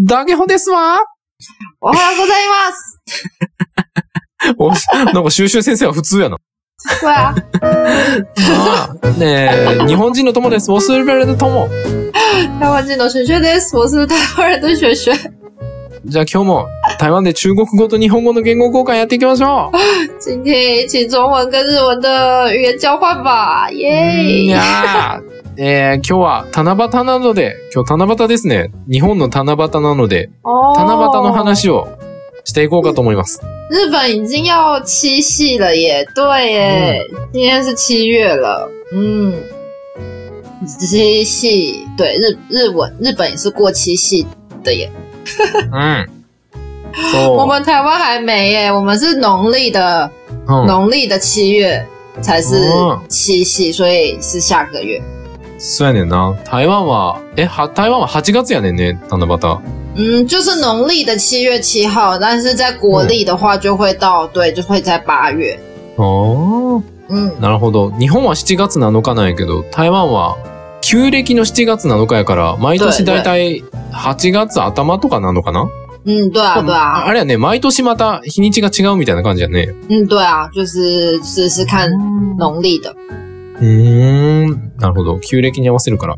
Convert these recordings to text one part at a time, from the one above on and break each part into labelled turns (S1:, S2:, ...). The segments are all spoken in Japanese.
S1: ダゲホですわ
S2: おはようございます。
S1: おなんか、収集先生は普通やな。
S2: うわ
S1: ああねえ、日本人の友です。我是日本人的友。
S2: 台湾人的雪雪です。我是台湾人的雪雪。
S1: じゃあ今日も台湾で中国語と日本語の言語交換やっていきましょう。
S2: 今天一起中文跟日文的语言交换吧，
S1: い
S2: 耶！
S1: やーえー、今日は七夕なので、今日七夕ですね。日本の七夕なので、
S2: 哦
S1: 七夕の話をしていこうかと思います。
S2: 日本已经要七夕了耶，对耶，今天是七月了，嗯，七夕，对日日文日本也是过七夕的耶，
S1: うん。そ
S2: 我们台湾还没耶，我们是农历的
S1: う。うん、
S2: 农历的七月才是
S1: 嗯哦
S2: 七夕，所以是下个月，
S1: そうやねんな。台湾は、え、は、台湾は8月やねんね、七夕。
S2: 嗯，就是农历的七月七号，但是在国历的话就会到，对，就会在八月，
S1: おー。
S2: 嗯，
S1: なるほど。日本は7月7日なんやけど、台湾は旧暦の7月7日やから、毎年だいたい8月頭とかなのかな
S2: 嗯，对啊，对啊
S1: あ。あれやね、毎年また日にちが違うみたいな感じやね。
S2: 嗯，对啊，就是是是看农历的，
S1: うーん。なるほど。旧暦に合わせるから、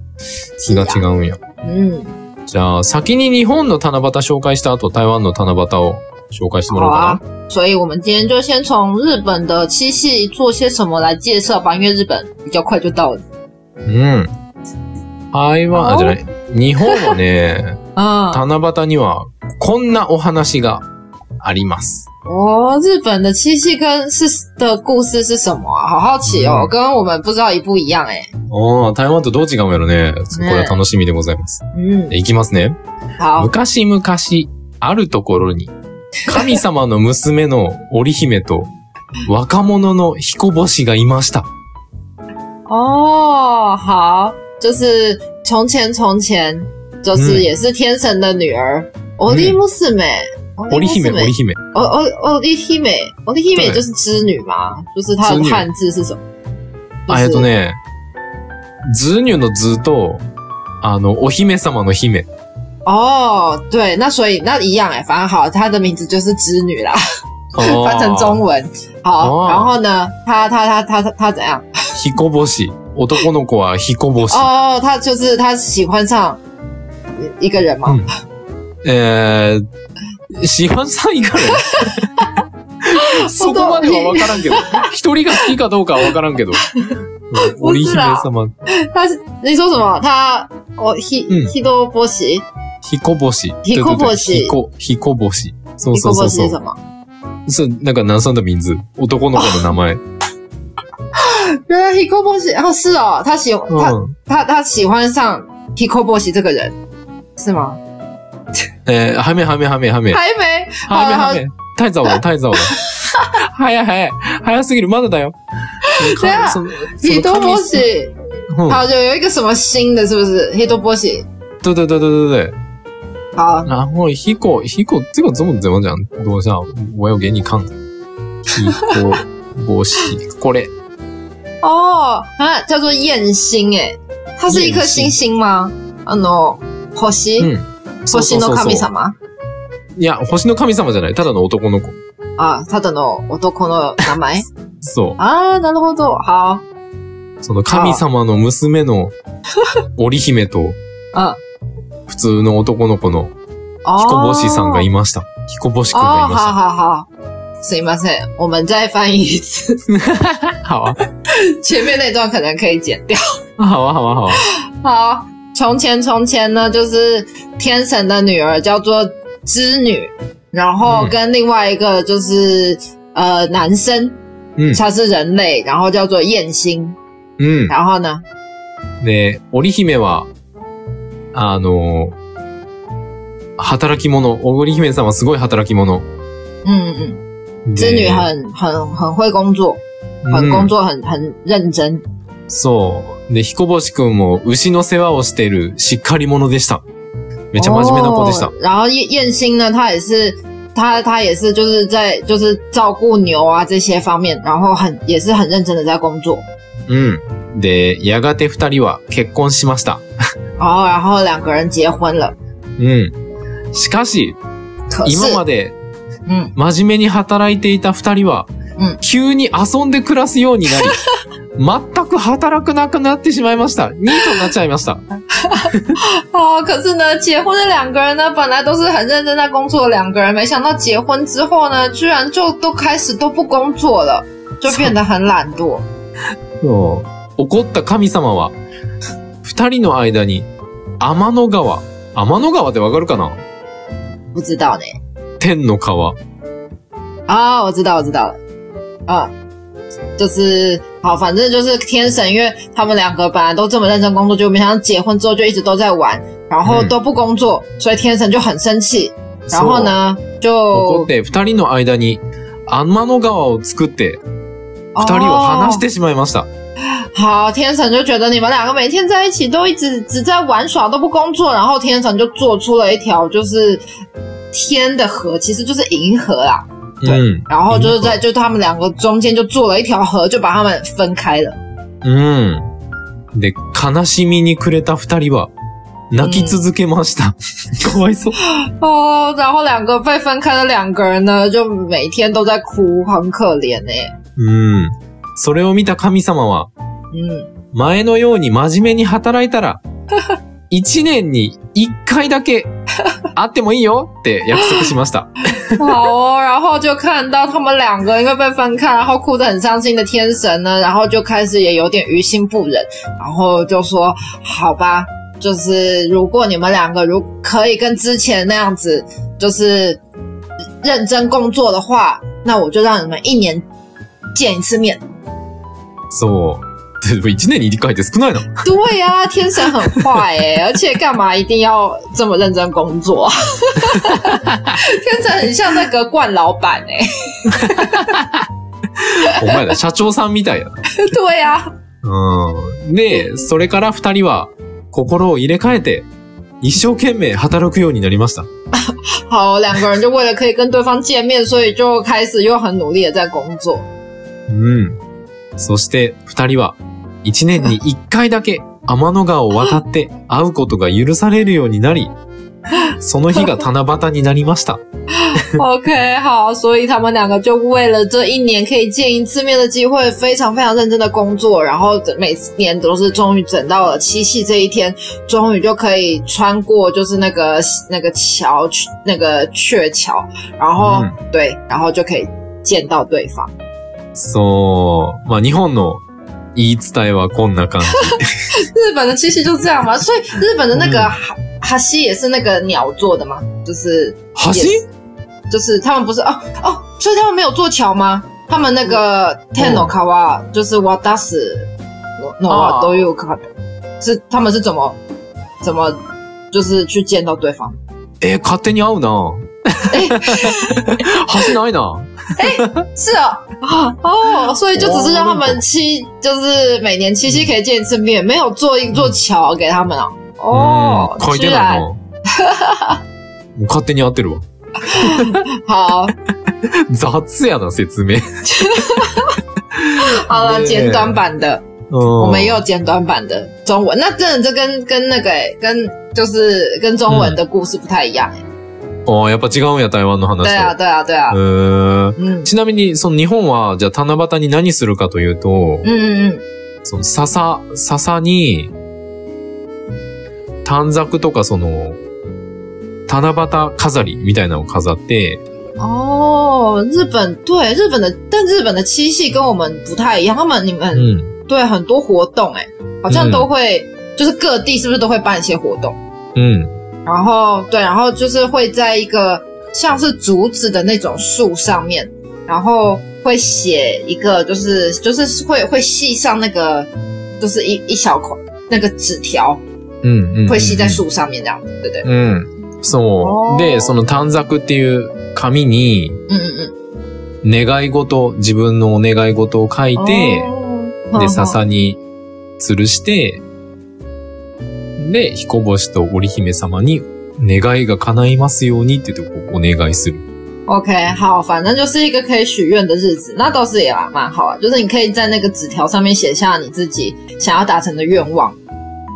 S1: 日が違うんや。
S2: 嗯，
S1: じゃあ、先に日本の七夕紹介した後、台湾の七夕を紹介してもらおう
S2: 好啊
S1: か。
S2: 所以我们今天就先从日本的七夕做些什么来介绍吧，因为日本比较快就到了。
S1: な。うん。台湾、あ、じゃない。日本は ね、
S2: 嗯，
S1: 七夕には、こんなお話があります。
S2: 哦，日本的七夕跟是的故事是什么啊？好好奇哦，
S1: 嗯
S2: 跟我们不知道一不一样哎、
S1: ああ、台湾とどう違うんやろね。これは楽しみでございます。
S2: 嗯，
S1: いきますね。
S2: 好，
S1: 昔々、あるところに、神様の娘の織姫と、若者の彦星がいました。
S2: 哦，好，就是从前从前，就
S1: 嗯
S2: 是也是天神的女儿，奥利姆斯美，奥
S1: 織
S2: 利姆
S1: 姫、
S2: 斯美
S1: 織姫。
S2: 哦哦哦，利希美，哦利希美
S1: 对
S2: 就是织女嘛，就是她的汉字是什么？
S1: あ、えっとね、ズーニュのズーと、あの、お姫様の姫。
S2: 哦，对，那所以那一样哎，反正好，她的名字就是织女啦， 翻成中文。好，
S1: 哦
S2: 然后呢，她她她她她她怎样？
S1: 彦星。男の子は彦星。
S2: 哦，她就是她喜欢上一一个人嘛
S1: 嗯。えー、シファンさんい かれそこまではわからんけど。一人が好きかどうかはわからんけど。うん
S2: 不
S1: 織
S2: 是
S1: 姫
S2: 啦
S1: 様、
S2: 她是你说什么？她哦，he
S1: 嗯
S2: he 多波西
S1: 彦星。
S2: 彦星
S1: 对对对彦彦星。そう
S2: ，he
S1: そ
S2: 多
S1: うそう
S2: 波
S1: そ
S2: 西是什
S1: う。
S2: 么？
S1: そう、なんか、なんさんだ名字。男の子の名 前。
S2: 原来 he 多波西哦，是哦，她喜
S1: う
S2: 她
S1: ん。
S2: 她她喜欢上 he 多波西这个人是吗？
S1: えー、はめはめはめはめ。
S2: 还没，
S1: は
S2: 好
S1: め
S2: 了
S1: は
S2: 好，
S1: め。太早了、太早 了。早い早い。早すぎる、まだだよ。
S2: 等一下
S1: その
S2: 黑多波，
S1: その
S2: 西，
S1: 神様
S2: 好，有有一个什么新的，是不是？黑多波
S1: う
S2: 西，
S1: ん对对对对对对。
S2: 好，
S1: 然后 Hiko Hiko 这个怎么怎么讲？等一下，我有给你看。Hiko 波西，过来，
S2: 哦，啊，叫做燕星，哎，它是一颗
S1: 燕星
S2: 星星吗？啊 no，火星，
S1: 嗯，
S2: 火星の神様
S1: いや、星の神様じゃない。ただの男の子。
S2: 啊，他的の男の 名前
S1: そ
S2: 啊，なるほど，好，
S1: う。その神様の娘の織姫と
S2: 嗯，
S1: 普通の男の子の
S2: 哦，
S1: 彦星さんがいました。彦星く
S2: 哦，
S1: んがいま
S2: 好好好，すいません，我们再翻译一次，
S1: した。好 啊。
S2: 前面那段可能可以剪掉。
S1: 好啊、好啊、好啊。
S2: 好，从前从前呢，就是天神的女儿叫做织女，然后
S1: 嗯
S2: 跟另外一个就是、呃男生，
S1: 嗯
S2: 他是人类，然后叫做燕星，
S1: うん。
S2: 然后呢，
S1: で、織姫は、あの、働き者。織姫さんはすごい働き者。
S2: 嗯嗯，
S1: で
S2: 织女很很很会工作，很
S1: う
S2: 工
S1: ん
S2: 作很很认真
S1: そう。で、彦星くんも牛の世話をしているしっかり者でした。めっちゃ真面目な子でした
S2: 哦。然后燕燕星呢，她也是。她她也是就是在就是照顾牛啊这些方面，然后很也是很认真的在工作，
S1: うん。で、やがて二人は結婚しました。
S2: 然后然后两个人结婚了。
S1: うん。しかし、
S2: 可是，
S1: 今まで
S2: 嗯，
S1: 真面目に働いていた二人は
S2: うん、
S1: 急に遊んで暮らすようになり、全く働くなくなってしまいました。ニートになっちゃいました。
S2: 哦，可是呢，结婚的两个人呢，本来都是很认真在工作的两个人，没想到结婚之后呢，居然就都开始都不工作了，就变得很懒惰。
S1: そう怒った神様は、二人の間に、天の川。天の川ってわかるかな
S2: 不知道呢。
S1: 天の川。
S2: 啊、我知道，我知道了。啊、就是好，反正就是天神，因为他们两个本来都这么认真工作，就没想到结婚之后就一直都在玩，然后
S1: 嗯
S2: 都不工作，所以天神就很生气。然后呢，
S1: そう怒
S2: 就
S1: って二人の間に、天の川を作って、二人を離してしまいました。
S2: 哦好，天神就觉得你们两个每天在一起都一直只在玩耍都不工作，然后天神就做出了一条就是天的河，其实就是银河啦。对
S1: うん。
S2: 然后就是在就他们两个中间就做了一条河，就把他们分开了。
S1: うん。で、悲しみに暮れた二人は、泣き続けました。かわいそう。
S2: 哦，然后两个被分开的两个人呢，就每天都在哭，很可怜哎、
S1: うん。それを見た神様は、
S2: 嗯，
S1: 前のように真面目に働いたら、一年に一回だけ会ってもいいよって約束しました。
S2: 好哦。然后就看到他们两个因为被分开，然后哭得很伤心的天神呢，然后就开始也有点于心不忍，然后就说：“好吧，就是如果你们两个如可以跟之前那样子，就是认真工作的话，那我就让你们一年见一次面。”
S1: そう。でも一年に一回って少ないの
S2: 对呀、天神很坏哎、而且干嘛一定要这么认真工作、啊？天神很像那个冠老板哎、
S1: お前ら社長さんみたいやな。
S2: 对呀、
S1: うん。で、それから二人は心を入れ替えて、一生懸命働くようになりました。
S2: 好，两个人就为了可以跟对方见面，所以就开始又很努力的在工作。
S1: うん。そして二人は一年に一回だけ天の川を渡って会うことが許されるようにな り、その日が七夕になりました。
S2: OK，好，所以他们两个就为了这一年可以见一次面的机会，非常非常认真的工作，然后每年都是终于等到了七夕这一天，终于就可以穿过就是那个那个桥那个鹊桥，然后、
S1: 嗯
S2: 对，然后就可以见到对方。
S1: そう。まあ、日本の言い伝えはこんな 感じ。
S2: 日本的七夕就这样嘛，所以日本的那个
S1: 嗯
S2: 哈哈西也是那个鸟做的嘛，就是
S1: 橋
S2: Yes 就是他们不是哦哦，所以他们没有做桥吗？他们那个 Teno Kawa 就是瓦达斯
S1: 哦
S2: No 都有卡，是他们是怎么怎么就是去见到对方？
S1: えー勝手に会う な。橋ないな。
S2: 是哦，哦，所以就只是让他们七，就是每年七夕可以见一次面，没有做一座桥给他们啊。嗯哦
S1: うん、，書い
S2: 居
S1: てないな。
S2: 然
S1: もう勝手に会ってるわ。
S2: 好，
S1: 雑やな、説 明。
S2: 好了，
S1: 对
S2: 简短版的。我
S1: 我
S2: 们也有简短版的中文，那真的这跟跟那个、欸、跟就是跟中文的故事不太一样、欸
S1: ああ、やっぱ違うんや、台湾の話と。
S2: 对啊，对啊，对啊
S1: へ。ー
S2: 嗯
S1: ちなみに、その日本は、じゃあ七夕に何するかというと、
S2: 嗯嗯
S1: その笹、笹に、短冊とかその、七夕飾りみたいなのを飾って、
S2: 嗯。哦，日本对日本的，但日本的七夕跟我们不太一样，他们你们、
S1: うん。
S2: 对很多活动哎、欸好像
S1: 嗯
S2: 都会、就是各地是不是都会办一些活动？
S1: うん。
S2: 然后对，然后就是会在一个像是竹子的那种树上面，然后会写一个，就是就是会会系上那个，就是一一小块那个纸条，
S1: うんうん、うん。
S2: 会系在树上面这样子，对对，
S1: うん。そ
S2: おー
S1: う。で、その短冊っていう紙に、
S2: 嗯
S1: 願
S2: 嗯
S1: い事、自分のお願い事を書い
S2: 嗯，
S1: て、
S2: 哦
S1: で、笹に吊るして、で、彦星と織姫様に願いが叶いますようにって言ってこうお願いする。
S2: OK，好，反正就是一个可以许愿的日子，那倒是也蛮蛮好啊。就是你可以在那个纸条上面写下你自己想要达成的愿望，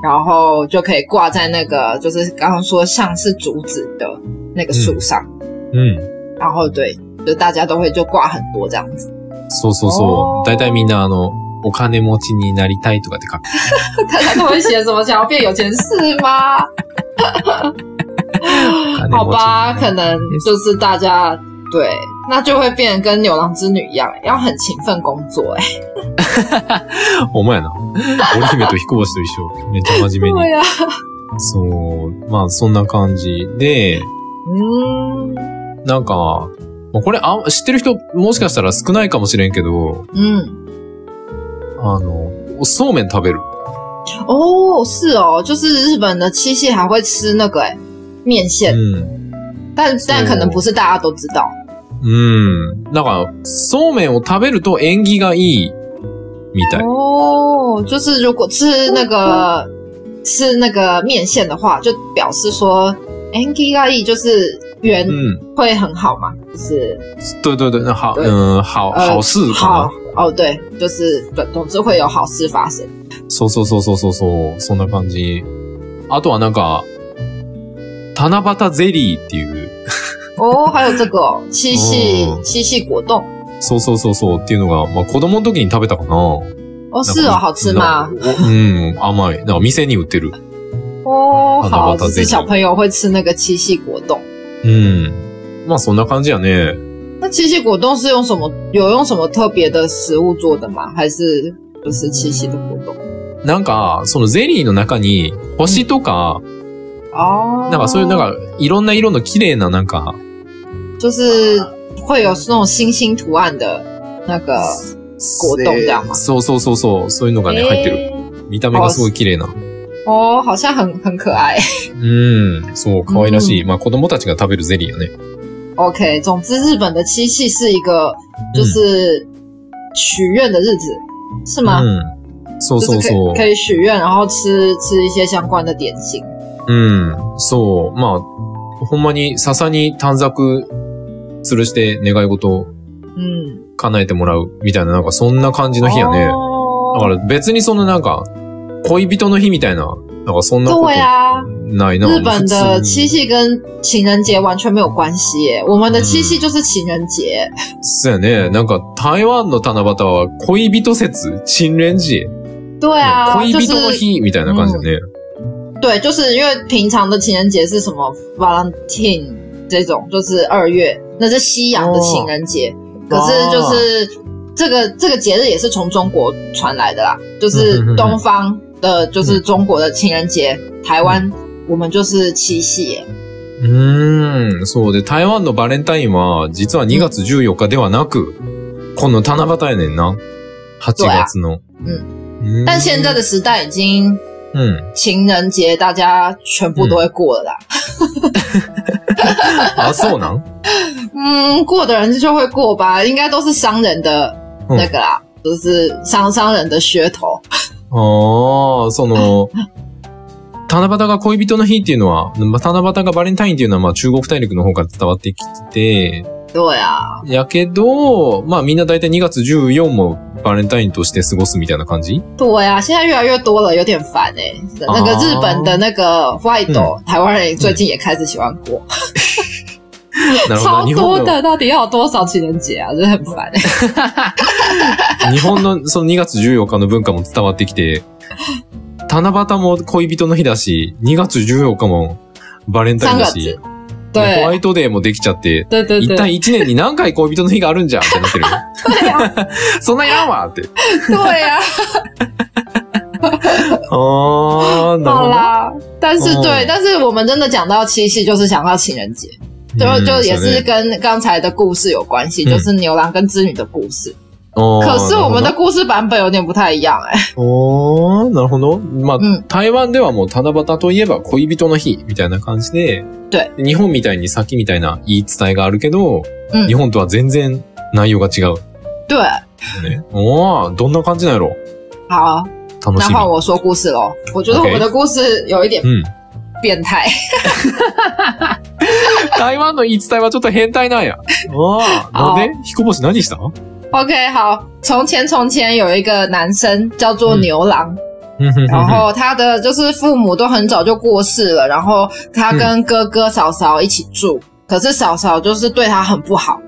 S2: 然后就可以挂在那个就是刚刚说像是竹子的那个树上，
S1: うん。
S2: 然后对，就大家都会就挂很多这 样子。
S1: そうそう
S2: お
S1: そ
S2: ー
S1: う。だいたいみんなあの、お金持ちになりたいとかって書く。
S2: 大家都会写什么想要变有钱是 吗？好吧，可能就是大家对，那就会变得跟牛郎织女一样，要很勤奋工作。哎，
S1: お前やな。織姫と彦星と一緒。めっちゃ真面目に。
S2: 呀、
S1: そう。まあ、そんな感じで、
S2: 嗯
S1: なんか、まあこれあ、知ってる人もしかしたら少ないかもしれんけど、
S2: 嗯，
S1: あの、そうめん食べる。
S2: 哦，是哦，就是日本的七夕还会吃那个哎面线，
S1: うん。
S2: 但但可能
S1: 哦
S2: 不是大家都知道。
S1: うん。だから、そうめんを食べると縁起がいい、みたい。
S2: 哦，就是如果吃那个吃那个面线的话，就表示说 n g i i 就是缘
S1: うん。
S2: 会很好嘛，就是
S1: 对对对、好、
S2: 对
S1: うん、好、
S2: 呃
S1: 好事
S2: 好
S1: か
S2: 哦，对，就是总总之会有好事发生。
S1: な。そうそうそうそうそうそう。そんな感じ。あとはなんか、七夕ゼリーっていう、
S2: 哦，还有这个、哦、七夕、
S1: 哦
S2: 七夕果冻
S1: そうそうそうそうっていうのが、まあ子供の時に食べたかな。
S2: 哦，是哦，好吃吗？
S1: うん、甘い。なんか店に売ってる。
S2: 哦，
S1: 好的
S2: 好，
S1: 我到这
S2: 只是
S1: 里
S2: 小朋友会吃那个七夕果冻。
S1: うん。まあそんな感じやね。
S2: 那七夕果冻是用什么？有用什么特别的食物做的吗？还是就是七夕的果冻？
S1: なんか、そのゼリーの中に、星とか、
S2: 哦，
S1: なんかそういうなんか、いろんな色の綺麗ななんか、
S2: 就是会有那种星星图案的那个果冻这样吗
S1: そうそうそうそう、そういうのがね、入ってる。見た目がすごい綺麗な。
S2: 哦，好像很很可爱。
S1: うん、そう、可愛らしい。まあ子供たちが食べるゼリーよね。
S2: OK，总之日本的七夕是一个
S1: 嗯
S2: 就是许愿的日子，是吗？
S1: 嗯うん。そう
S2: 就
S1: そう
S2: 是可
S1: そう
S2: 以。可以许愿，然后吃吃一些相关的点心。
S1: うん、そう。まあ、ほんまに笹に短冊吊るして願い事を
S2: 嗯，
S1: 叶えてもらうみたいな、なんかそんな感じの日やね。だ
S2: 哦
S1: から別にそのなんか、恋人の日みたいな、なんかそんなこ
S2: 对
S1: と
S2: 啊，
S1: ないな。
S2: 日本
S1: 普
S2: 的
S1: 通
S2: 七
S1: に
S2: 夕跟情人节完全没有关系耶，我们的七夕就是情人节。
S1: そうやね。なんか台湾の七夕は恋人節、新レンジ、
S2: 对啊，
S1: 恋
S2: 就是
S1: 人の日みたいな感じだね。
S2: 对，就是因为平常的情人节是什么 Valentine 这种，就是二月，那是西洋的情人节。可是就是这个这个节日也是从中国传来的啦，就
S1: 嗯
S2: 是
S1: 嗯嗯嗯
S2: 东方的，就是中国的情人节，台湾我们就是七夕耶。
S1: うーん、そうで、台湾のバレンタインは、実は2月14日ではなく、この七夕やねんな。8月の。
S2: う
S1: うーん
S2: 但现在的时代已经
S1: うん。
S2: 情人节大家全部都会过了啦，
S1: あ、そうなん
S2: 嗯，过的人就会过吧，应该都是商人的
S1: 嗯
S2: 那个啦，就是商商人的噱头。
S1: ああ、その、七夕が恋人の日っていうのは、まあ七夕がバレンタインっていうのは、まあ中国大陸の方から伝わってきて、
S2: 对啊，
S1: やけど、まあみんな大体2月14もバレンタインとして過ごすみたいな感じ
S2: 对呀、现在越来越多了，有点烦哎、
S1: 啊
S2: 那个日本的那个外
S1: 嗯
S2: 斗，台湾人也最近也开始喜欢过，
S1: なるほ
S2: 超
S1: ど。日
S2: 多
S1: 本の、
S2: 的，到底要有多少情人节啊？真的很烦、欸。
S1: 日本のその2月14日の文化も伝わってきて、七夕も恋人の日だし、2月14日もバレンタインだし、ホワ
S2: 对
S1: イトデーもできちゃって、
S2: 对对
S1: 一
S2: 对
S1: 体一年に何回恋人の日があるんじゃんってなってる。
S2: 对呀、
S1: そんなんいらんわって。
S2: 对啊 呀、
S1: ああ、
S2: 好
S1: な
S2: 啦。但是对，
S1: 哦
S2: 但是我们真的讲到七夕，就是想到情人节，
S1: る
S2: 就
S1: ほど。
S2: 就也
S1: そう
S2: 是
S1: ね
S2: 跟刚才的故事有关系，
S1: 嗯
S2: 就是牛郎跟织女的故事。
S1: あー
S2: 可是我们的故事版本有点不太一样哎、
S1: おー、なるほど。まあ、
S2: うん
S1: 台湾ではもう七夕といえば恋人の日みたいな感じで、
S2: 对
S1: 日本みたいに先みたいな言い伝えがあるけど、
S2: うん
S1: 日本とは全然内容が違う。
S2: 对，
S1: ね、おー、どんな感じなんやろ
S2: 好，
S1: 楽
S2: 那
S1: しみ。
S2: 换我说故事喽。我觉得我
S1: OK
S2: 们的故事有一点
S1: うん。
S2: 变态。
S1: 台湾の言い伝えはちょっと変態なんや。ああ、なんで彦星何した
S2: OK，好，从前从前有一个男生叫做牛郎，
S1: 嗯哼
S2: 然
S1: 哼哼
S2: 后他的就是父母都很早就过世了，然后他跟哥哥嫂嫂一起住，可是嫂嫂就是对他很不好，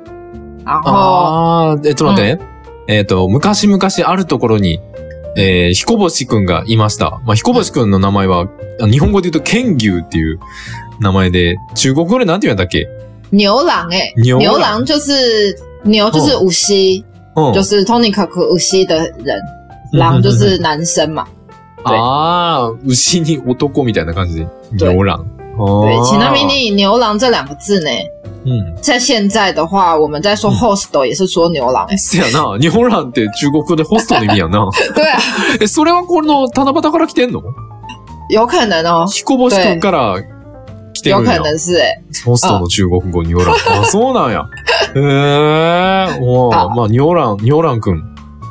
S2: 然后
S1: あー、えっと待って。えっと、昔々あるところに、えー、彦星くんがいました。まあ、彦星くんの名前は、あ日本語で言うと、剣牛っていう名前で、中国語でなんて言うんだっけ
S2: 牛郎哎、
S1: 牛郎哦
S2: 牛郎就是牛就是五西，
S1: うん
S2: 就。是 Tony 可可五西的
S1: 嗯
S2: 人，郎就是男生嘛。
S1: ああ、牛に男みたいな感じで。
S2: 对
S1: 牛郎。
S2: 对
S1: 对，，
S2: 请那迷你牛郎这两个字呢，
S1: うん。
S2: 在现在的话，我们在
S1: 嗯
S2: 说 host 也是说牛郎哎、
S1: せやな、日本蘭って中国語でホストの意味やな。
S2: 对啊，
S1: え、それはこの七夕から来てんの
S2: 有可能哦，
S1: 彦星くんから来てる
S2: 有
S1: ん
S2: 可
S1: や。
S2: 能是哎、
S1: ホストの中国語、ニョラン。あ、そうなんや。へえ。お
S2: あ
S1: ーまあ、ニョラン、ニョランくん、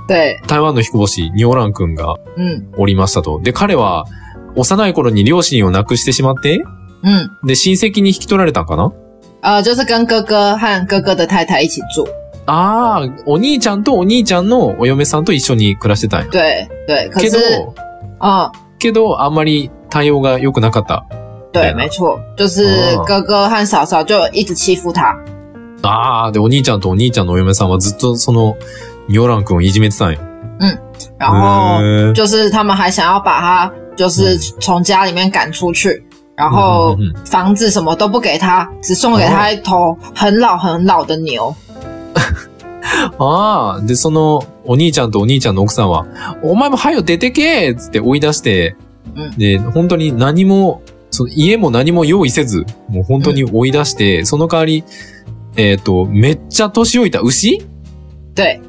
S2: 对，
S1: 台湾の彦星、ニョランくんが
S2: 嗯
S1: おりましたと。で、彼は、幼い頃に両親を亡くしてしまって、
S2: 嗯，
S1: で、親戚に引き取られたんかな
S2: 呃，就是跟哥哥和哥哥的太太一起住，
S1: ああ、お兄ちゃんとお兄ちゃんのお嫁さんと一緒に暮らしてたんや。
S2: 对对，可
S1: け
S2: 是，
S1: ど、
S2: 嗯，
S1: けど、あんまり対応が良くなかった。对
S2: 对，
S1: 啊
S2: 没错，就是
S1: 哦
S2: 哥哥和嫂嫂就一直欺负他，
S1: ああ、で、お兄ちゃんとお兄ちゃんのお嫁さんはずっとその、ニョランくんをいじめてたんや。
S2: 然后
S1: へー
S2: 就是他们还想要把他就是从家里面赶出去，然后
S1: 嗯嗯嗯哦嗯
S2: 房子什么都不给他，只送给他一头很老很老的牛。
S1: ああ、で、その、お兄ちゃんとお兄ちゃんの奥さんは、お前も早よ出てけつって追い出して、
S2: うん
S1: で、本当に何も、その家も何も用意せず、もう本当に追い出して、その代わり、えっ、と、めっちゃ年老いた牛
S2: 对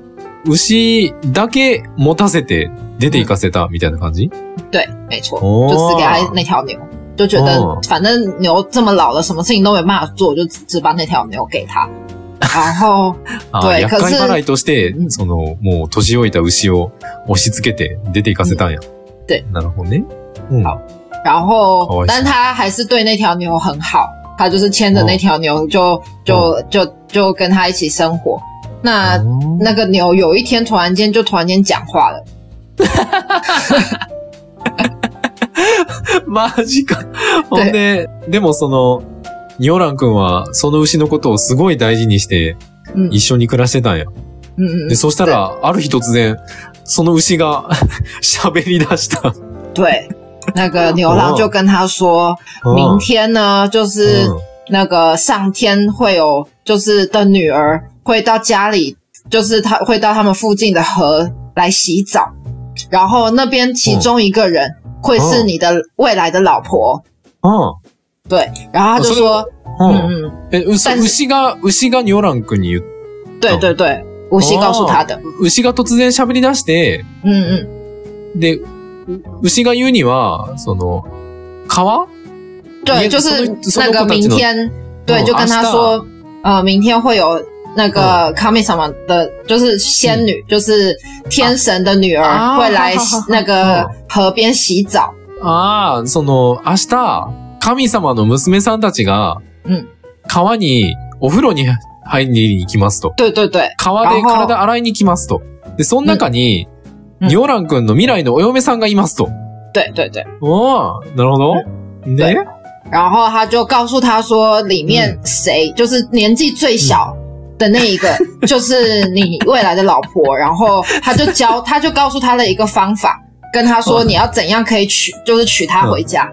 S1: 牛だけ持たせて出て行かせたみたいな感じ、
S2: 对，没错，
S1: 哦
S2: 就死给他那条牛，就觉得
S1: 哦
S2: 反正牛这么老了，什么事情都没办法做，就只只把那条牛给 他。然后
S1: あ
S2: ど
S1: あ、
S2: うや
S1: 厄介払いとして
S2: う、ん
S1: その、もう年老いた牛を押し付けて出て行かせたんや。
S2: で
S1: なるほどね。うん。
S2: 好然
S1: 好
S2: 后
S1: 危险，哦
S2: 但他还是对那条牛很好，他就是牵着那条牛就、就就就跟他一起生活。那、
S1: 哦
S2: 那个牛有一天突然间就突然间讲话了，
S1: マジか。ほんで、でもその、ニオラン君はその牛のことをすごい大事にして
S2: 嗯
S1: 一緒に暮らしてたんや。
S2: 嗯嗯
S1: で、，そしたら、ある日突然、その牛が 喋り出した。
S2: 对，那
S1: 哦
S2: 个牛郎就跟他说，明天呢就是
S1: うん
S2: 那个上天会有就是的女儿会到家里，就是他会到他们附近的河来洗澡，然后那边其中一个人会是你的未来的老婆，
S1: う
S2: 对，然后他就说，
S1: ん。うん。
S2: 嗯嗯，
S1: え、うそ
S2: 但是
S1: 牛が、牛がニオラン君に言う。
S2: 对对对，无锡告诉他的，
S1: 牛が突然喋り出して、
S2: 嗯嗯，
S1: で、う牛が言うには、その、川
S2: 对，
S1: 哦也
S2: 就是
S1: 说
S2: 那
S1: 不
S2: 个
S1: 说不
S2: 明
S1: 懂
S2: 天，对，
S1: 嗯
S2: 就跟他说，呃，明天会有。那
S1: 哦
S2: 个卡米什么的，就是仙女，就是天神的女
S1: 嗯啊
S2: 儿会来
S1: 好好好
S2: 那个
S1: 嗯
S2: 河边洗澡，
S1: ああ、その、明日、神様の娘さんたちが、
S2: うん
S1: 川に、お風呂に入りに行きますと。
S2: 对对对，
S1: 川で
S2: あはは
S1: 体洗いに来ますと。で、その中に、
S2: うん
S1: ニオラン君の未来のお嫁さんがいますと。
S2: 对对对。
S1: おーなるほど。
S2: 对
S1: ね
S2: 然后他就告诉他说，里面谁、就是年纪最小的那一个，就是你未来的老婆。然后他就教，他就告诉他了一个方法，跟他说
S1: 嗯
S2: 你要怎样可以娶，就是娶她回家。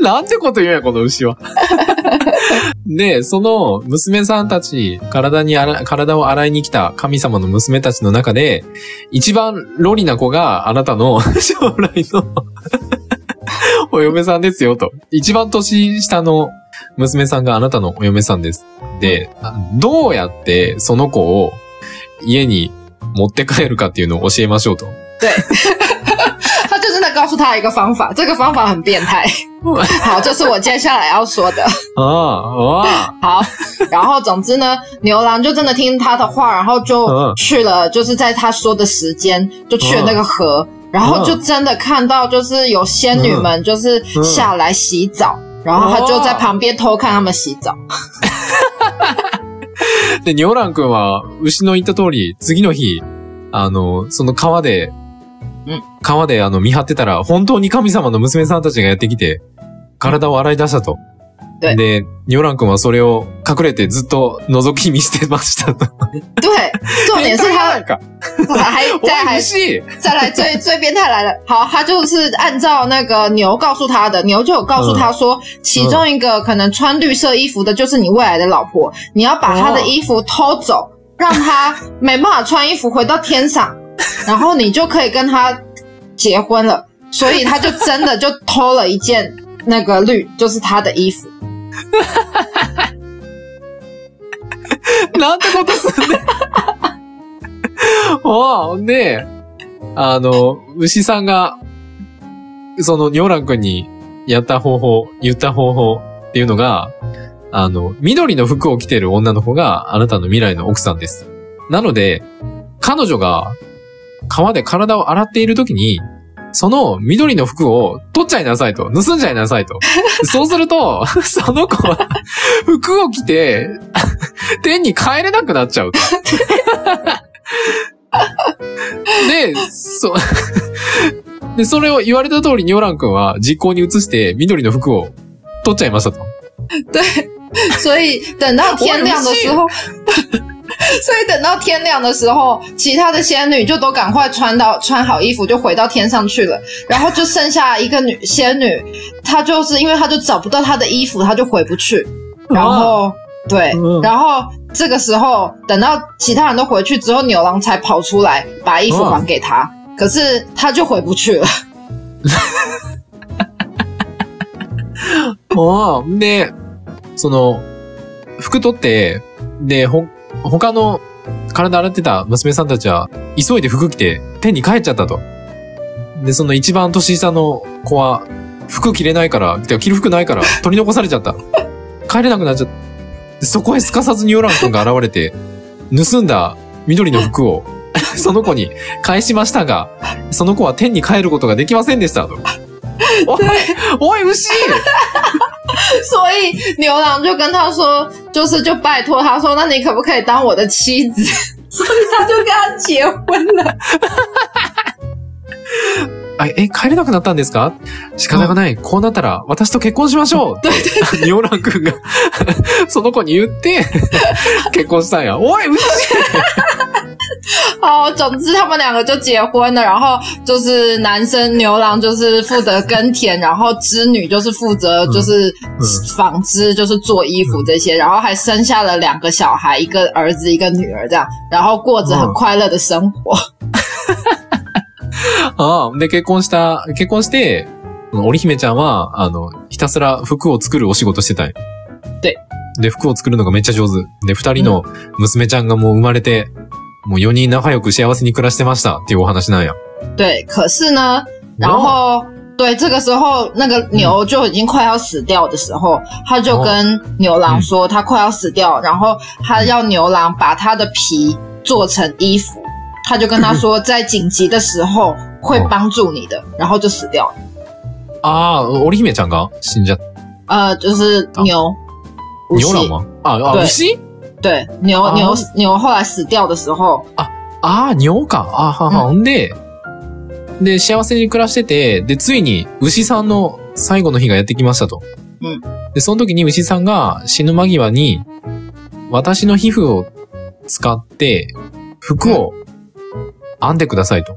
S1: なんてこと言うんや、この牛は。で、その娘さんたち、体に洗い、体を洗いに来た神様の娘たちの中で、一番ロリな子があなたの 将来のお嫁さんですよと。一番年下の娘さんがあなたのお嫁さんです。で、どうやってその子を家に持って帰るかっていうのを教えましょうと。
S2: 他就真的告诉他一个方法，这个方法很变态。好，这是我接下来要说的。
S1: ああ、ああ。
S2: 好，然后总之呢，牛郎就真的听他的话，然后就
S1: 嗯
S2: 去了，就是在他说的时间就去了那个河，然后就真的看到就是有仙女们就是下来洗澡，然后他就在旁边偷看他们洗澡。
S1: で、ニョラン君は、牛の言った通り、次の日、あの、その川で、
S2: うん
S1: 川であの見張ってたら、本当に神様の娘さんたちがやってきて、体を洗い出したと。
S2: 对
S1: で、ニョラン君はそれを隠れてずっと覗き見してましたと。
S2: 对，重点 是
S1: な
S2: 他
S1: んか、
S2: 还再
S1: お
S2: 还
S1: いしい
S2: 再来最最变态来了，好，他就是按照那个牛告诉他的，牛就有告诉他说，其中一个可能穿绿色衣服的就是你未来的老婆，你要把她的衣服偷走，让她没办法穿衣服回到天上，然后你就可以跟她结婚了。所以他就真的就偷了一件那个绿，就是他的衣服。
S1: なんてことすんねん。おう、で、あの、牛さんが、その、ニョーラン君にやった方法、言った方法っていうのが、あの、緑の服を着てる女の子があなたの未来の奥さんです。なので、彼女が川で体を洗っている時に、その緑の服を取っちゃいなさいと。盗んじゃいなさいと。そうすると、 その子は服を着て天に帰れなくなっちゃうと。で、そ、 で、それを言われた通り、ニョラン君は実行に移して、緑の服を取っちゃいましたと。
S2: 所以等到天亮的时候， 所以等到天亮的时候，其他的仙女就都赶快穿到穿好衣服就回到天上去了，然后就剩下一个女仙女，她就是因为她就找不到她的衣服，她就回不去，然后、对，
S1: 嗯
S2: 然后这个时候等到其他人都回去之后，牛郎才跑出来把衣服
S1: 嗯
S2: 还给她，可是她就回不去了。
S1: ああ、で、その、服取って、で、ほ、他の体洗ってた娘さんたちは、急いで服着て、天に帰っちゃったと。で、その一番年下の子は、服着れないから、てか着る服ないから、取り残されちゃった。帰れなくなっちゃった。でそこへすかさずニオラン君が現れて、盗んだ緑の服を、その子に返しましたが、その子は天に帰ることができませんでしたと。おい、おい、牛
S2: 所以牛郎就跟他说，就是就拜托他说，那你可不可以当我的妻子？ 所以他就跟他结婚 了。
S1: あえ、帰れなくなったんですか仕方がない。こうなったら、私と結婚しましょう。 ニオラン君が、その子に言 って、結婚したんや。おい、う
S2: 哦，总之他们两个就结婚了。然后就是男生牛郎就是负责耕田，然后织女就是负责就是
S1: 嗯
S2: 纺织，就是做衣服这些，然后还生下了两个小孩，一个儿子一个女儿这样，然后过着很
S1: 嗯
S2: 快乐的生活。
S1: ああ、で、結婚した、結婚して、織姫ちゃんは、あの、ひたすら服を作るお仕事してたんや。
S2: で。
S1: で、服を作るのがめっちゃ上手。で、二人の娘ちゃんがもう生まれて、もう四人仲良く幸せに暮らしてましたっていうお話なんや。
S2: 对，可是呢，然
S1: 哦
S2: 后对，这个时候那个牛就已经快要死掉的时候，他就跟牛郎说他快要死掉，然后他要牛郎把他的皮做成衣服，他就跟他说在紧急的时候会帮助你的，然后就死掉了。
S1: ああ、織姫ちゃんが死んじゃった。
S2: 呃，就是牛，无
S1: ニオ
S2: 锡
S1: ランはあ、あ、
S2: 对
S1: 牛
S2: 对牛、
S1: 哦
S2: 牛牛后来死掉的时候，
S1: ああ、尿か。あはは。ほんで、で、幸せに暮らしてて、で、ついに牛さんの最後の日がやってきましたと。
S2: うん
S1: で、その時に牛さんが死ぬ間際に、私の皮膚を使って、服を編んでくださいと。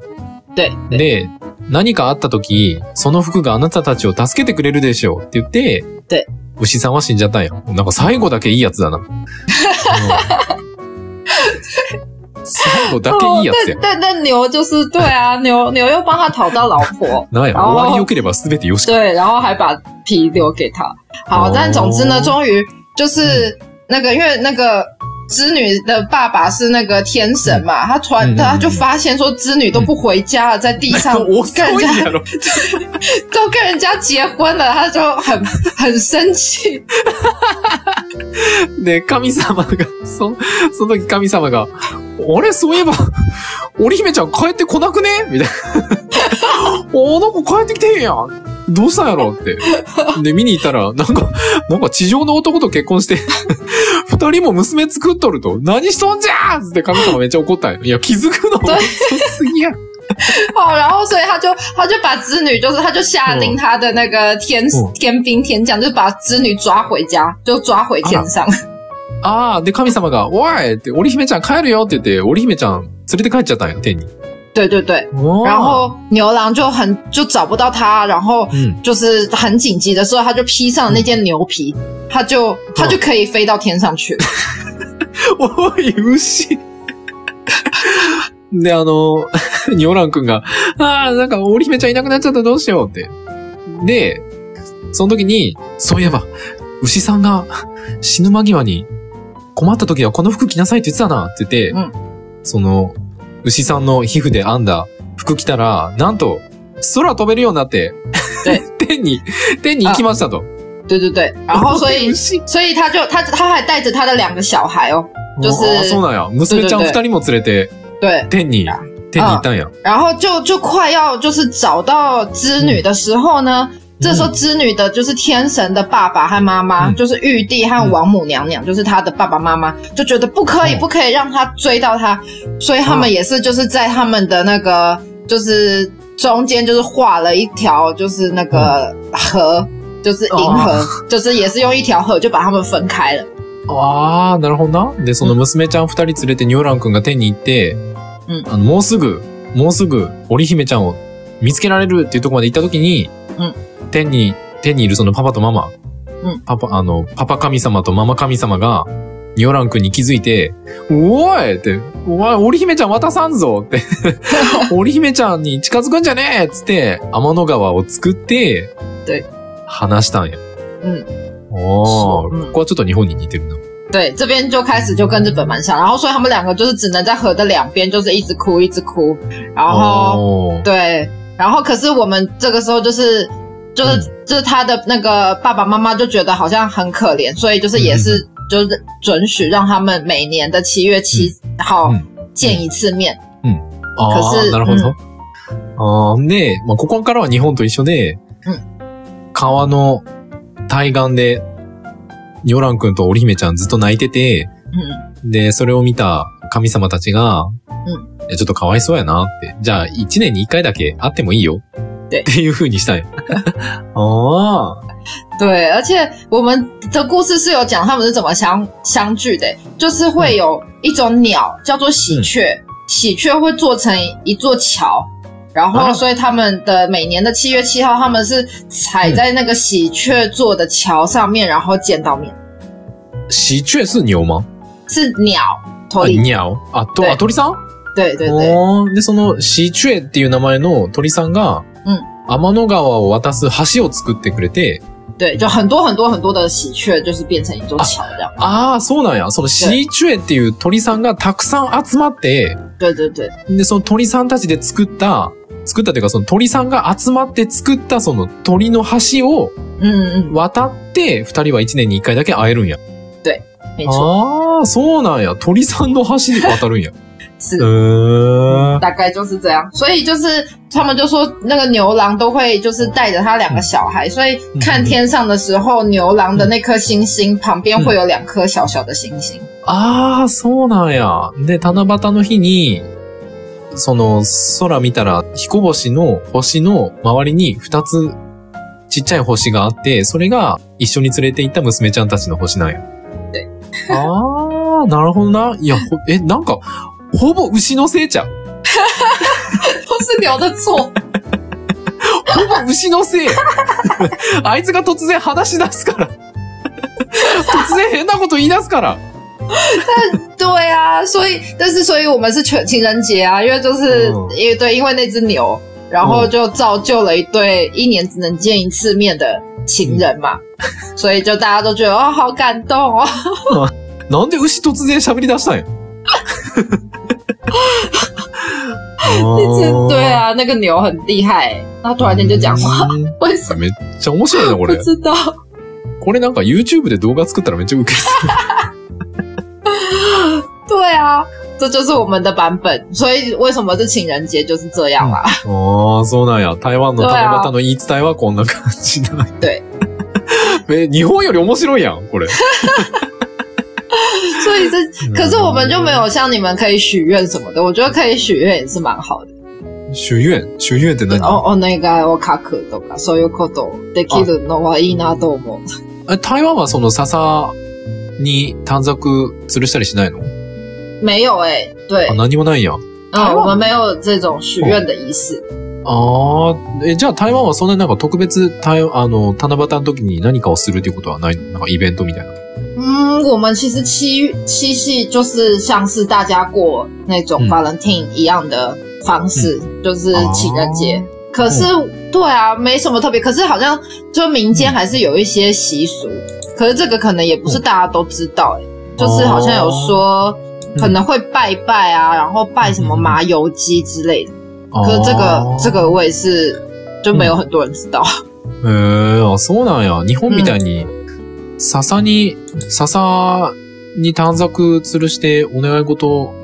S2: 对对
S1: で、何かあった時、その服があなたたちを助けてくれるでしょうって言って、
S2: で
S1: 牛さんは死んじゃったんや。なんか最後だけいいやつ だな。うん最後だけいいやつや
S2: 哦但。但但牛就是对啊，牛牛又帮他讨到老婆。
S1: なんや、
S2: あー
S1: 終わり良ければ全てよしか。
S2: 对，然后还把皮留给他。好，
S1: 哦
S2: 但总之呢，终于就是那个，因为那个织女的爸爸是那个天神嘛，他传
S1: 嗯嗯
S2: 他就发现说织女都不回家了，在地 上
S1: 多
S2: 跟人
S1: 遅い
S2: 家
S1: やろ。
S2: 都跟人家结婚了，他就很很生气。
S1: で、神様が、そ、その時神様が、あれ、そういえば、織姫ちゃん帰ってこなくねみたいな。 おなんか帰ってきてへんやん。どうしたんやろって。で、見に行ったら、なんか、なんか地上の男と結婚して、 二人も娘作っとると、何しとんじゃーっつって神様めっちゃ怒ったんや。いや、気づくの遅すぎや。
S2: 哦，然后所以他就他就把织女，就是他就下令
S1: 嗯
S2: 他的那个天、
S1: 嗯
S2: 天兵天将，就是把织女抓回家，就抓回天上。
S1: 啊あー、で、神様が、おいって、織姫ちゃん帰るよって言って、織姫ちゃん連れて帰っちゃったんよ、天に。
S2: 对对对，
S1: おー
S2: 然后牛郎就很就找不到他，然后
S1: うん。
S2: 就是很紧急的时候，他就披上那件牛皮，他就他就可以飞到天上去。
S1: おい、牛。 で、あの、 ニョラン君が、ああ、なんか、織姫ちゃんいなくなっちゃった、どうしようって。で、その時に、そういえば、牛さんが死ぬ間際に、困った時はこの服着なさいって言ってたな、って言って、その、牛さんの皮膚で編んだ服着たら、なんと、空飛べるようになって
S2: で、
S1: 天に、天に行きましたと。
S2: 对对对，然后所 以
S1: 牛
S2: 所以他就他他还带着他的两个小孩哦，就是
S1: あーそうなんや。娘ちゃん二人も連れて、
S2: 对，
S1: 天に、天に行ったんや。
S2: 然后就就快要就是找到织女的时候呢，这时候织女的就是天神的爸爸和妈妈，
S1: 嗯
S2: 就是玉帝和王母娘娘，就是他的爸爸妈妈，就觉得不可以，
S1: 哦
S2: 不可以让他追到他，所以他们也是就是在他们的那个就是中间就是画了一条就是那个河，就是银河，就是也是用一条河就把他们分开了。
S1: ああ、なるほどな。で、その娘ちゃん二人連れてニョーラン君が天に行って、
S2: うん
S1: あのもうすぐ、もうすぐ、織姫ちゃんを見つけられるっていうところまで行った時に、
S2: うん
S1: 天に、天にいるそのパパとママ、
S2: うん
S1: パパ、あの、パパ神様とママ神様が、ニョーラン君に気づいて、おいって、おい、織姫ちゃん渡さんぞ って、織姫ちゃんに近づくんじゃねえっつって、天の川を作って
S2: で、
S1: 話したんや。
S2: うん。
S1: おー、
S2: そううん
S1: ここはちょっと日本に似てるな。
S2: 对，这边就开始就跟日本蛮像，然后所以他们两个就是只能在河的两边，就是一直哭，一直哭，然后、
S1: 哦，
S2: 对，然后可是我们这个时候就是就是、
S1: 嗯
S2: 就是他的那个爸爸妈妈就觉得好像很可怜，所以就是也是
S1: 嗯
S2: 就是准许让他们每年的七月七号
S1: 嗯
S2: 见一次面，
S1: あ
S2: 可
S1: ー
S2: 是
S1: なるほど。あーで、まあ、ここからは日本と一緒で、
S2: う
S1: 川の対岸で、ニョラン君と織姫ちゃんずっと泣いてて、
S2: 嗯
S1: で、それを見た神様たちが、いやちょっとかわいそうやなって。じゃあ、一年に一回だけ会ってもいいよ。
S2: で
S1: っていう風にしたい。 ああ。
S2: 对，而且我们的故事是有讲他们是怎么相相聚的，就是会有一种鸟叫做喜鹊，喜鹊会做成一座桥，然后
S1: 啊
S2: 所以他们的每年的七月七号，他们是踩在那个喜鹊做的桥上面，然后见到面，
S1: 喜鹊是牛吗？
S2: 是鸟头
S1: あ、
S2: 里，
S1: にゃお。あ、と、
S2: で
S1: あ、鳥さん
S2: 对对对，
S1: おーで、その、シーチュエっていう名前の鳥さんが、
S2: うん
S1: 天の川を渡す橋を作ってくれて、
S2: 对，就很多很多很多的喜鹊就是变成一座桥这样，
S1: ああ、そうなんや。そのシーチュエっていう鳥さんがたくさん集まって、
S2: 对对对
S1: で、その鳥さんたちで作った、作ったというか、その鳥さんが集まって作ったその鳥の橋を
S2: 嗯嗯，
S1: 渡って、二人は一年に一回だけ会えるんや。
S2: 没
S1: 哦
S2: 错，
S1: ああ、そうなんや。鳥さんの橋で渡るんや。
S2: 是
S1: へ。ー。
S2: 大概就是这样。所以就是他们就说那个牛郎都会就是带着他两个小孩，所以看天上的时候，牛郎的那颗星星旁边会有两颗小小的星星。
S1: ああ、そうなんや。で、七夕の日に、その、空見たら、彦星の星の周りに二つちっちゃい星があって、それが一緒に連れて行った娘ちゃんたちの星なんや。
S2: で
S1: ああ、なるほどな。いや、ほえ、なんか、ほぼ牛のせいちゃう。
S2: 都是牛的错，
S1: ほぼ牛のせい。あいつが突然話し出すから。突然変なこと言い出すから。
S2: 对啊，所以但是所以我们是全情人节啊，因为就是、
S1: 嗯
S2: 因为对，因为那只牛，然后
S1: 嗯
S2: 就造就了一对一年只能见一次面的情人嘛，所以就大家都觉得哦，好感动哦。
S1: なんで牛突然喋り出した んや
S2: 那只
S1: 哦
S2: 对啊，那个牛很厉害、他突然间就讲话，
S1: うん。
S2: 为什么？
S1: めっちゃ面白いな、こ
S2: 不
S1: れ。
S2: 知道。
S1: これなんか YouTube で動画作ったらめっちゃウケ る。
S2: 对啊，这就是我们的版本，所以为什么是情人节就是这样啦、
S1: ああ、そうなんや。台湾の七夕の言い伝えはこんな感じだ。
S2: 对。
S1: え、日本より面白いやん、これ。
S2: 所以
S1: 嗯
S2: 是，可是我们就没有像你们可以许愿什么的，我觉得可以许愿也是蛮好的。哦
S1: 许愿许愿って何
S2: お、お願いを書くとか、そういうことできるのはいいなと思う。
S1: え台湾はその笹に短冊吊るしたりしないの
S2: 没有哎、对
S1: あ、何もないや。
S2: 嗯，我们没有这种许愿的仪式。
S1: あーえ、じゃあ台湾はそんなになんか特別、台あの、七夕の時に何かをするっていうことはないのなんかイベントみたいな。
S2: 嗯，我们其实七七夕就是像是大家过那种
S1: 嗯
S2: Valentine 一样的方式，就是情人
S1: 哦
S2: 节。可是，对啊，没什么特别。可是好像就民间
S1: 嗯
S2: 还是有一些习俗，可是这个可能也不是大家都知道、欸，
S1: 哦
S2: 就是好像有说
S1: 嗯
S2: 可能会拜拜啊，然后拜什么
S1: 嗯嗯嗯嗯
S2: 麻油鸡之类的。
S1: あー
S2: 可是这
S1: 哦
S2: 个这个我也是就没有很多人知道。
S1: へえあ、そうなんや。日本みたいに、笹に、笹に短冊吊るしてお願い事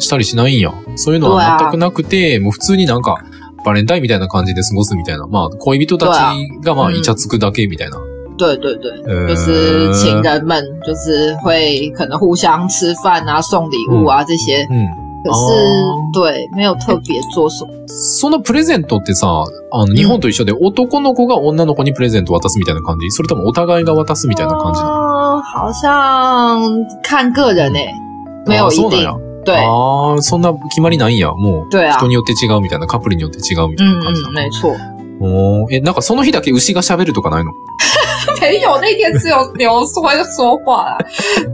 S1: したりしないんや。そういうの
S2: う
S1: は
S2: わ
S1: 全くなくて、もう普通になんか、バレンタインみたいな感じで過ごすみたいな。まあ、恋人たちがまあ、
S2: うん
S1: イチャつくだけみたいな。
S2: 对对对。
S1: へ
S2: 就
S1: え
S2: 是情人们就是会可能互相吃饭啊、送礼物啊、这些，
S1: うん。
S2: 可
S1: 嗯
S2: 是、
S1: 哦
S2: 对没有特别做什么。
S1: そのプレゼントってさ、あの、日本と一緒で男の子が女の子にプレゼント渡すみたいな感じそれともお互いが渡すみたいな感じなの
S2: 嗯，好像看个人诶、没有
S1: あー
S2: 一
S1: そうなん
S2: 定
S1: や。。
S2: 对
S1: ああ、そんな決まりないんや。もう、
S2: 对啊
S1: 人，によって違うみたいな、カップルによって違うみたい
S2: 嗯
S1: な感じな
S2: 嗯，
S1: の。
S2: 没错。
S1: おーえ、なんかその日だけ牛が喋るとかないの
S2: 没有，那天只有牛说说 话啦。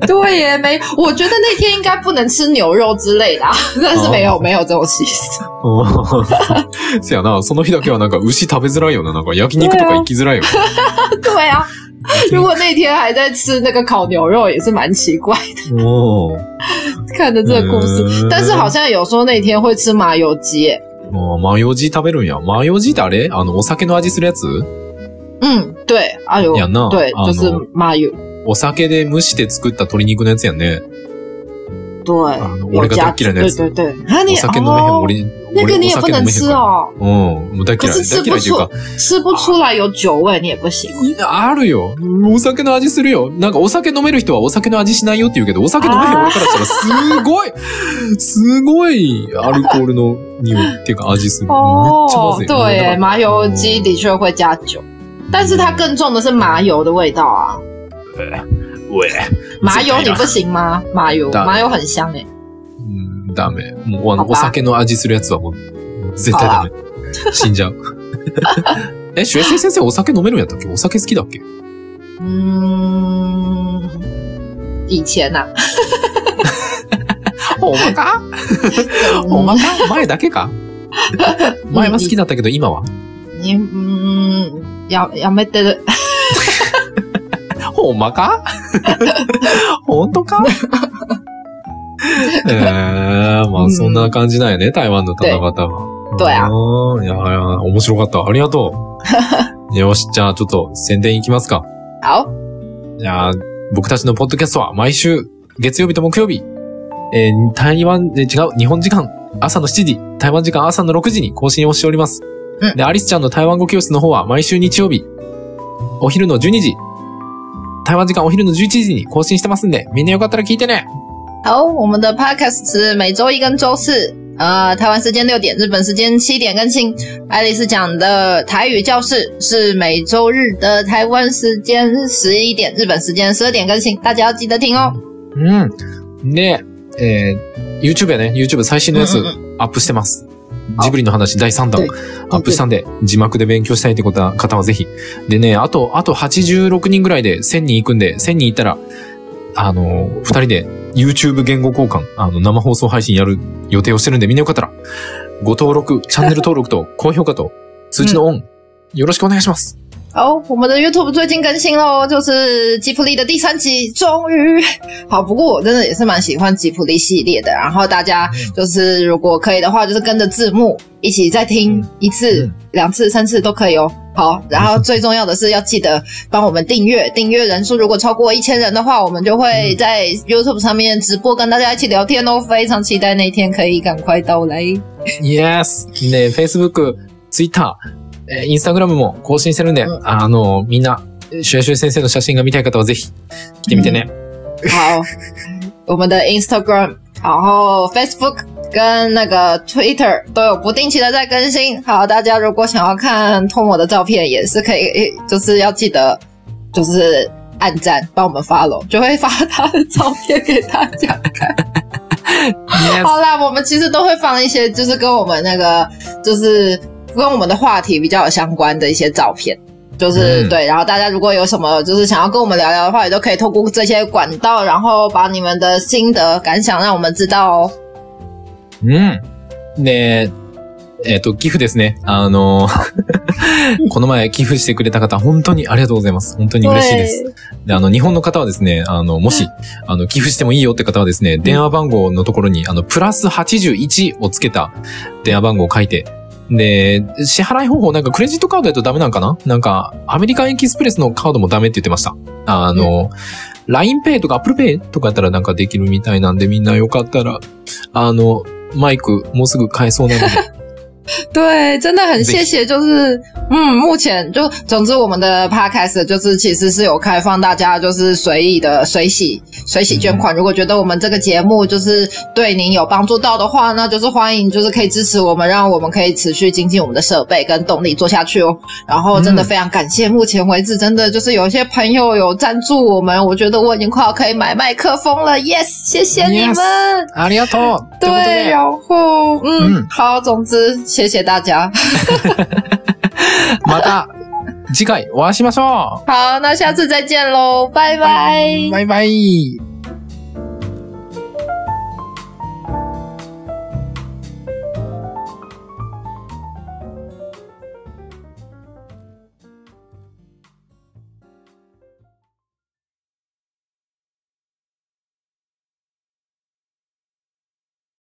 S2: 对耶，没，我觉得那天应该不能吃牛肉之类的、啊， 但是没有、
S1: 哦
S2: 没有这种习俗。
S1: せやな、その日だけはなんか牛食べづらいよな。なんか焼肉とか行きづらいよ。
S2: 对
S1: 哦
S2: 啊，如果那天还在吃那个烤牛肉，也是蛮奇怪。
S1: おー
S2: 看着这个故事，
S1: へー
S2: 但是好像有说那天会吃麻油鸡耶，
S1: あーマヨジー食べるんや。マヨジーってあれあの、お酒の味するやつ
S2: 嗯，对，哎呦，
S1: やんな。
S2: 对，
S1: あ
S2: 就是
S1: の、
S2: 麻油，
S1: お酒で蒸して作った鶏肉のやつやんね。
S2: 对
S1: 啊，我
S2: 有
S1: 那个
S2: 加
S1: 都记得那
S2: 对
S1: 次
S2: 对对，啊你
S1: お酒飲めへん、
S2: 哦，
S1: 俺に。
S2: 那个
S1: 俺
S2: 你也不能吃。哦，
S1: お酒飲めへんからうん、もう大嫌
S2: 可
S1: い。
S2: 是
S1: 大
S2: 吃
S1: 嫌
S2: 不
S1: いというか
S2: 出，吃不出来有酒味，你也不行。
S1: いやあるよ。お酒の味するよ。なんかお酒飲める人はお酒の味しないよって言うけど、お酒飲めへん
S2: あー
S1: 俺からしたらすごい、すごいアルコールの匂いっていうか味する。めっちゃま
S2: 哦
S1: ず，い。
S2: 对耶，麻油鸡的
S1: 嗯
S2: 确会加酒，但是它更重的是麻油的味道啊。
S1: 嗯喂、
S2: 麻油你不行吗？麻油，
S1: 当然
S2: 麻油很香欸诶。
S1: うんダメ。もうあ
S2: パ
S1: の、
S2: パ
S1: お酒の味するやつはもう、絶対ダメ。死んじゃう。 え、シュエシュエ先生お酒飲めるんやったっけお酒好きだっけ
S2: 嗯，以前啊 呐，
S1: おまかおまか前だけ か前は好きだったけど今は
S2: 你嗯，要要没得的，
S1: ほんまか ほんとかえー、ま
S2: う
S1: あ
S2: ん
S1: そんな感じなんやね、台湾の七夕は。
S2: どうや
S1: うんいやいや、面白かった。ありがと う。よし、じゃあちょっと宣伝いきますか。
S2: 好，
S1: いやー僕たちのポッドキャストは毎週月曜日と木曜日、えー台湾で違う、日本時間朝の7時、台湾時間朝の6時に更新をしております。
S2: うん
S1: で、アリスちゃんの台湾語教室の方は毎週日曜日、お昼の12時、台湾時間お昼の11時に更新してますんで、みんなよかったら聞いてね
S2: 好，我们的 podcast 是每周一跟周四，呃，台湾时间六点，日本时间七点更新。爱丽丝讲的台语教室是每周日的台湾时间十一点，日本时间十二点更新，大家要记得听哦。
S1: うん。で、えー YouTube やね、YouTube 最新のやつ
S2: 嗯嗯
S1: アップしてます。
S2: あ
S1: ジブリの話第3弾
S2: 对
S1: アップしたんで、字幕で勉強したいってことは方はぜひ。でね、あと、あと86人ぐらいで1000人行くんで、1000人行ったら、あのー、2人で YouTube 言語交換、あの、生放送配信やる予定をしてるんで、みんなよかったら、ご登録、チャンネル登録と高評価と通知のオン、よろしくお願いします。
S2: 好，我们的 YouTube 最近更新喽，就是吉普力的第三集，终于好。不过我真的也是蛮喜欢吉普力系列的，然后大家就是如果可以的话，就是跟着字幕一起再听
S1: 嗯
S2: 一次
S1: 嗯、
S2: 两次、三次都可以哦。好，然后最重要的是要记得帮我们订阅，订阅人数如果超过一千人的话，我们就会
S1: 嗯
S2: 在 YouTube 上面直播跟大家一起聊天哦。非常期待那一天可以赶快到来。
S1: Yes! ね、Facebook、Twitter、えー Instagram も更新してるんで、
S2: う
S1: あのー、みんな、シュエシュエ先生の写真が見たい方はぜひ、来てみてね。
S2: 好，我们的 Instagram 然后 Facebook 跟那个 Twitter 都有不定期的在更新。好，大家如果想要看 Tomo 的照片，也是可以，就是要记得就是按赞帮我们发喽，就会发他的照片给大家看。
S1: Yes，
S2: 好啦，我们其实都会放一些，就是跟我们那个，就是跟我们的话题比较有相关的一些照片，就是、
S1: 嗯
S2: 对。然后大家如果有什么就是想要跟我们聊聊的话，也都可以透过这些管道，然后把你们的心得感想让我们知道哦。
S1: うん。で、えっ、と、寄付ですね。あの、 この前寄付してくれた方、本当にありがとうございます。本当に嬉しいです。で、あの、日本の方はですね、あの、もし、あの、寄付してもいいよって方はですね、電話番号のところに、あの、プラス81をつけた電話番号を書いて、で、支払い方法なんかクレジットカードやとダメなんかななんか、アメリカンエキスプレスのカードもダメって言ってました。あの、LINEPay とか ApplePay とかやったらなんかできるみたいなんで、みんなよかったら、あの、マイクもうすぐ買えそうなので、
S2: 对，真的很谢谢，就是嗯，目前就总之我们的 podcast 就是其实是有开放大家就是随意的随喜随喜捐款，如果觉得我们这个节目就是对您有帮助到的话，那就是欢迎就是可以支持我们，让我们可以持续精进我们的设备跟动力做下去哦。然后真的
S1: 嗯
S2: 非常感谢，目前为止真的就是有一些朋友有赞助我们，我觉得我已经快要可以买麦克风了，yes，谢谢你们。
S1: Yes ありがとうということ
S2: 嗯对，
S1: で
S2: 然后嗯，
S1: 嗯
S2: 好，总之谢谢大家。
S1: また次回お会いしましょ
S2: 好，那下次再见喽，拜拜。
S1: うバイバイ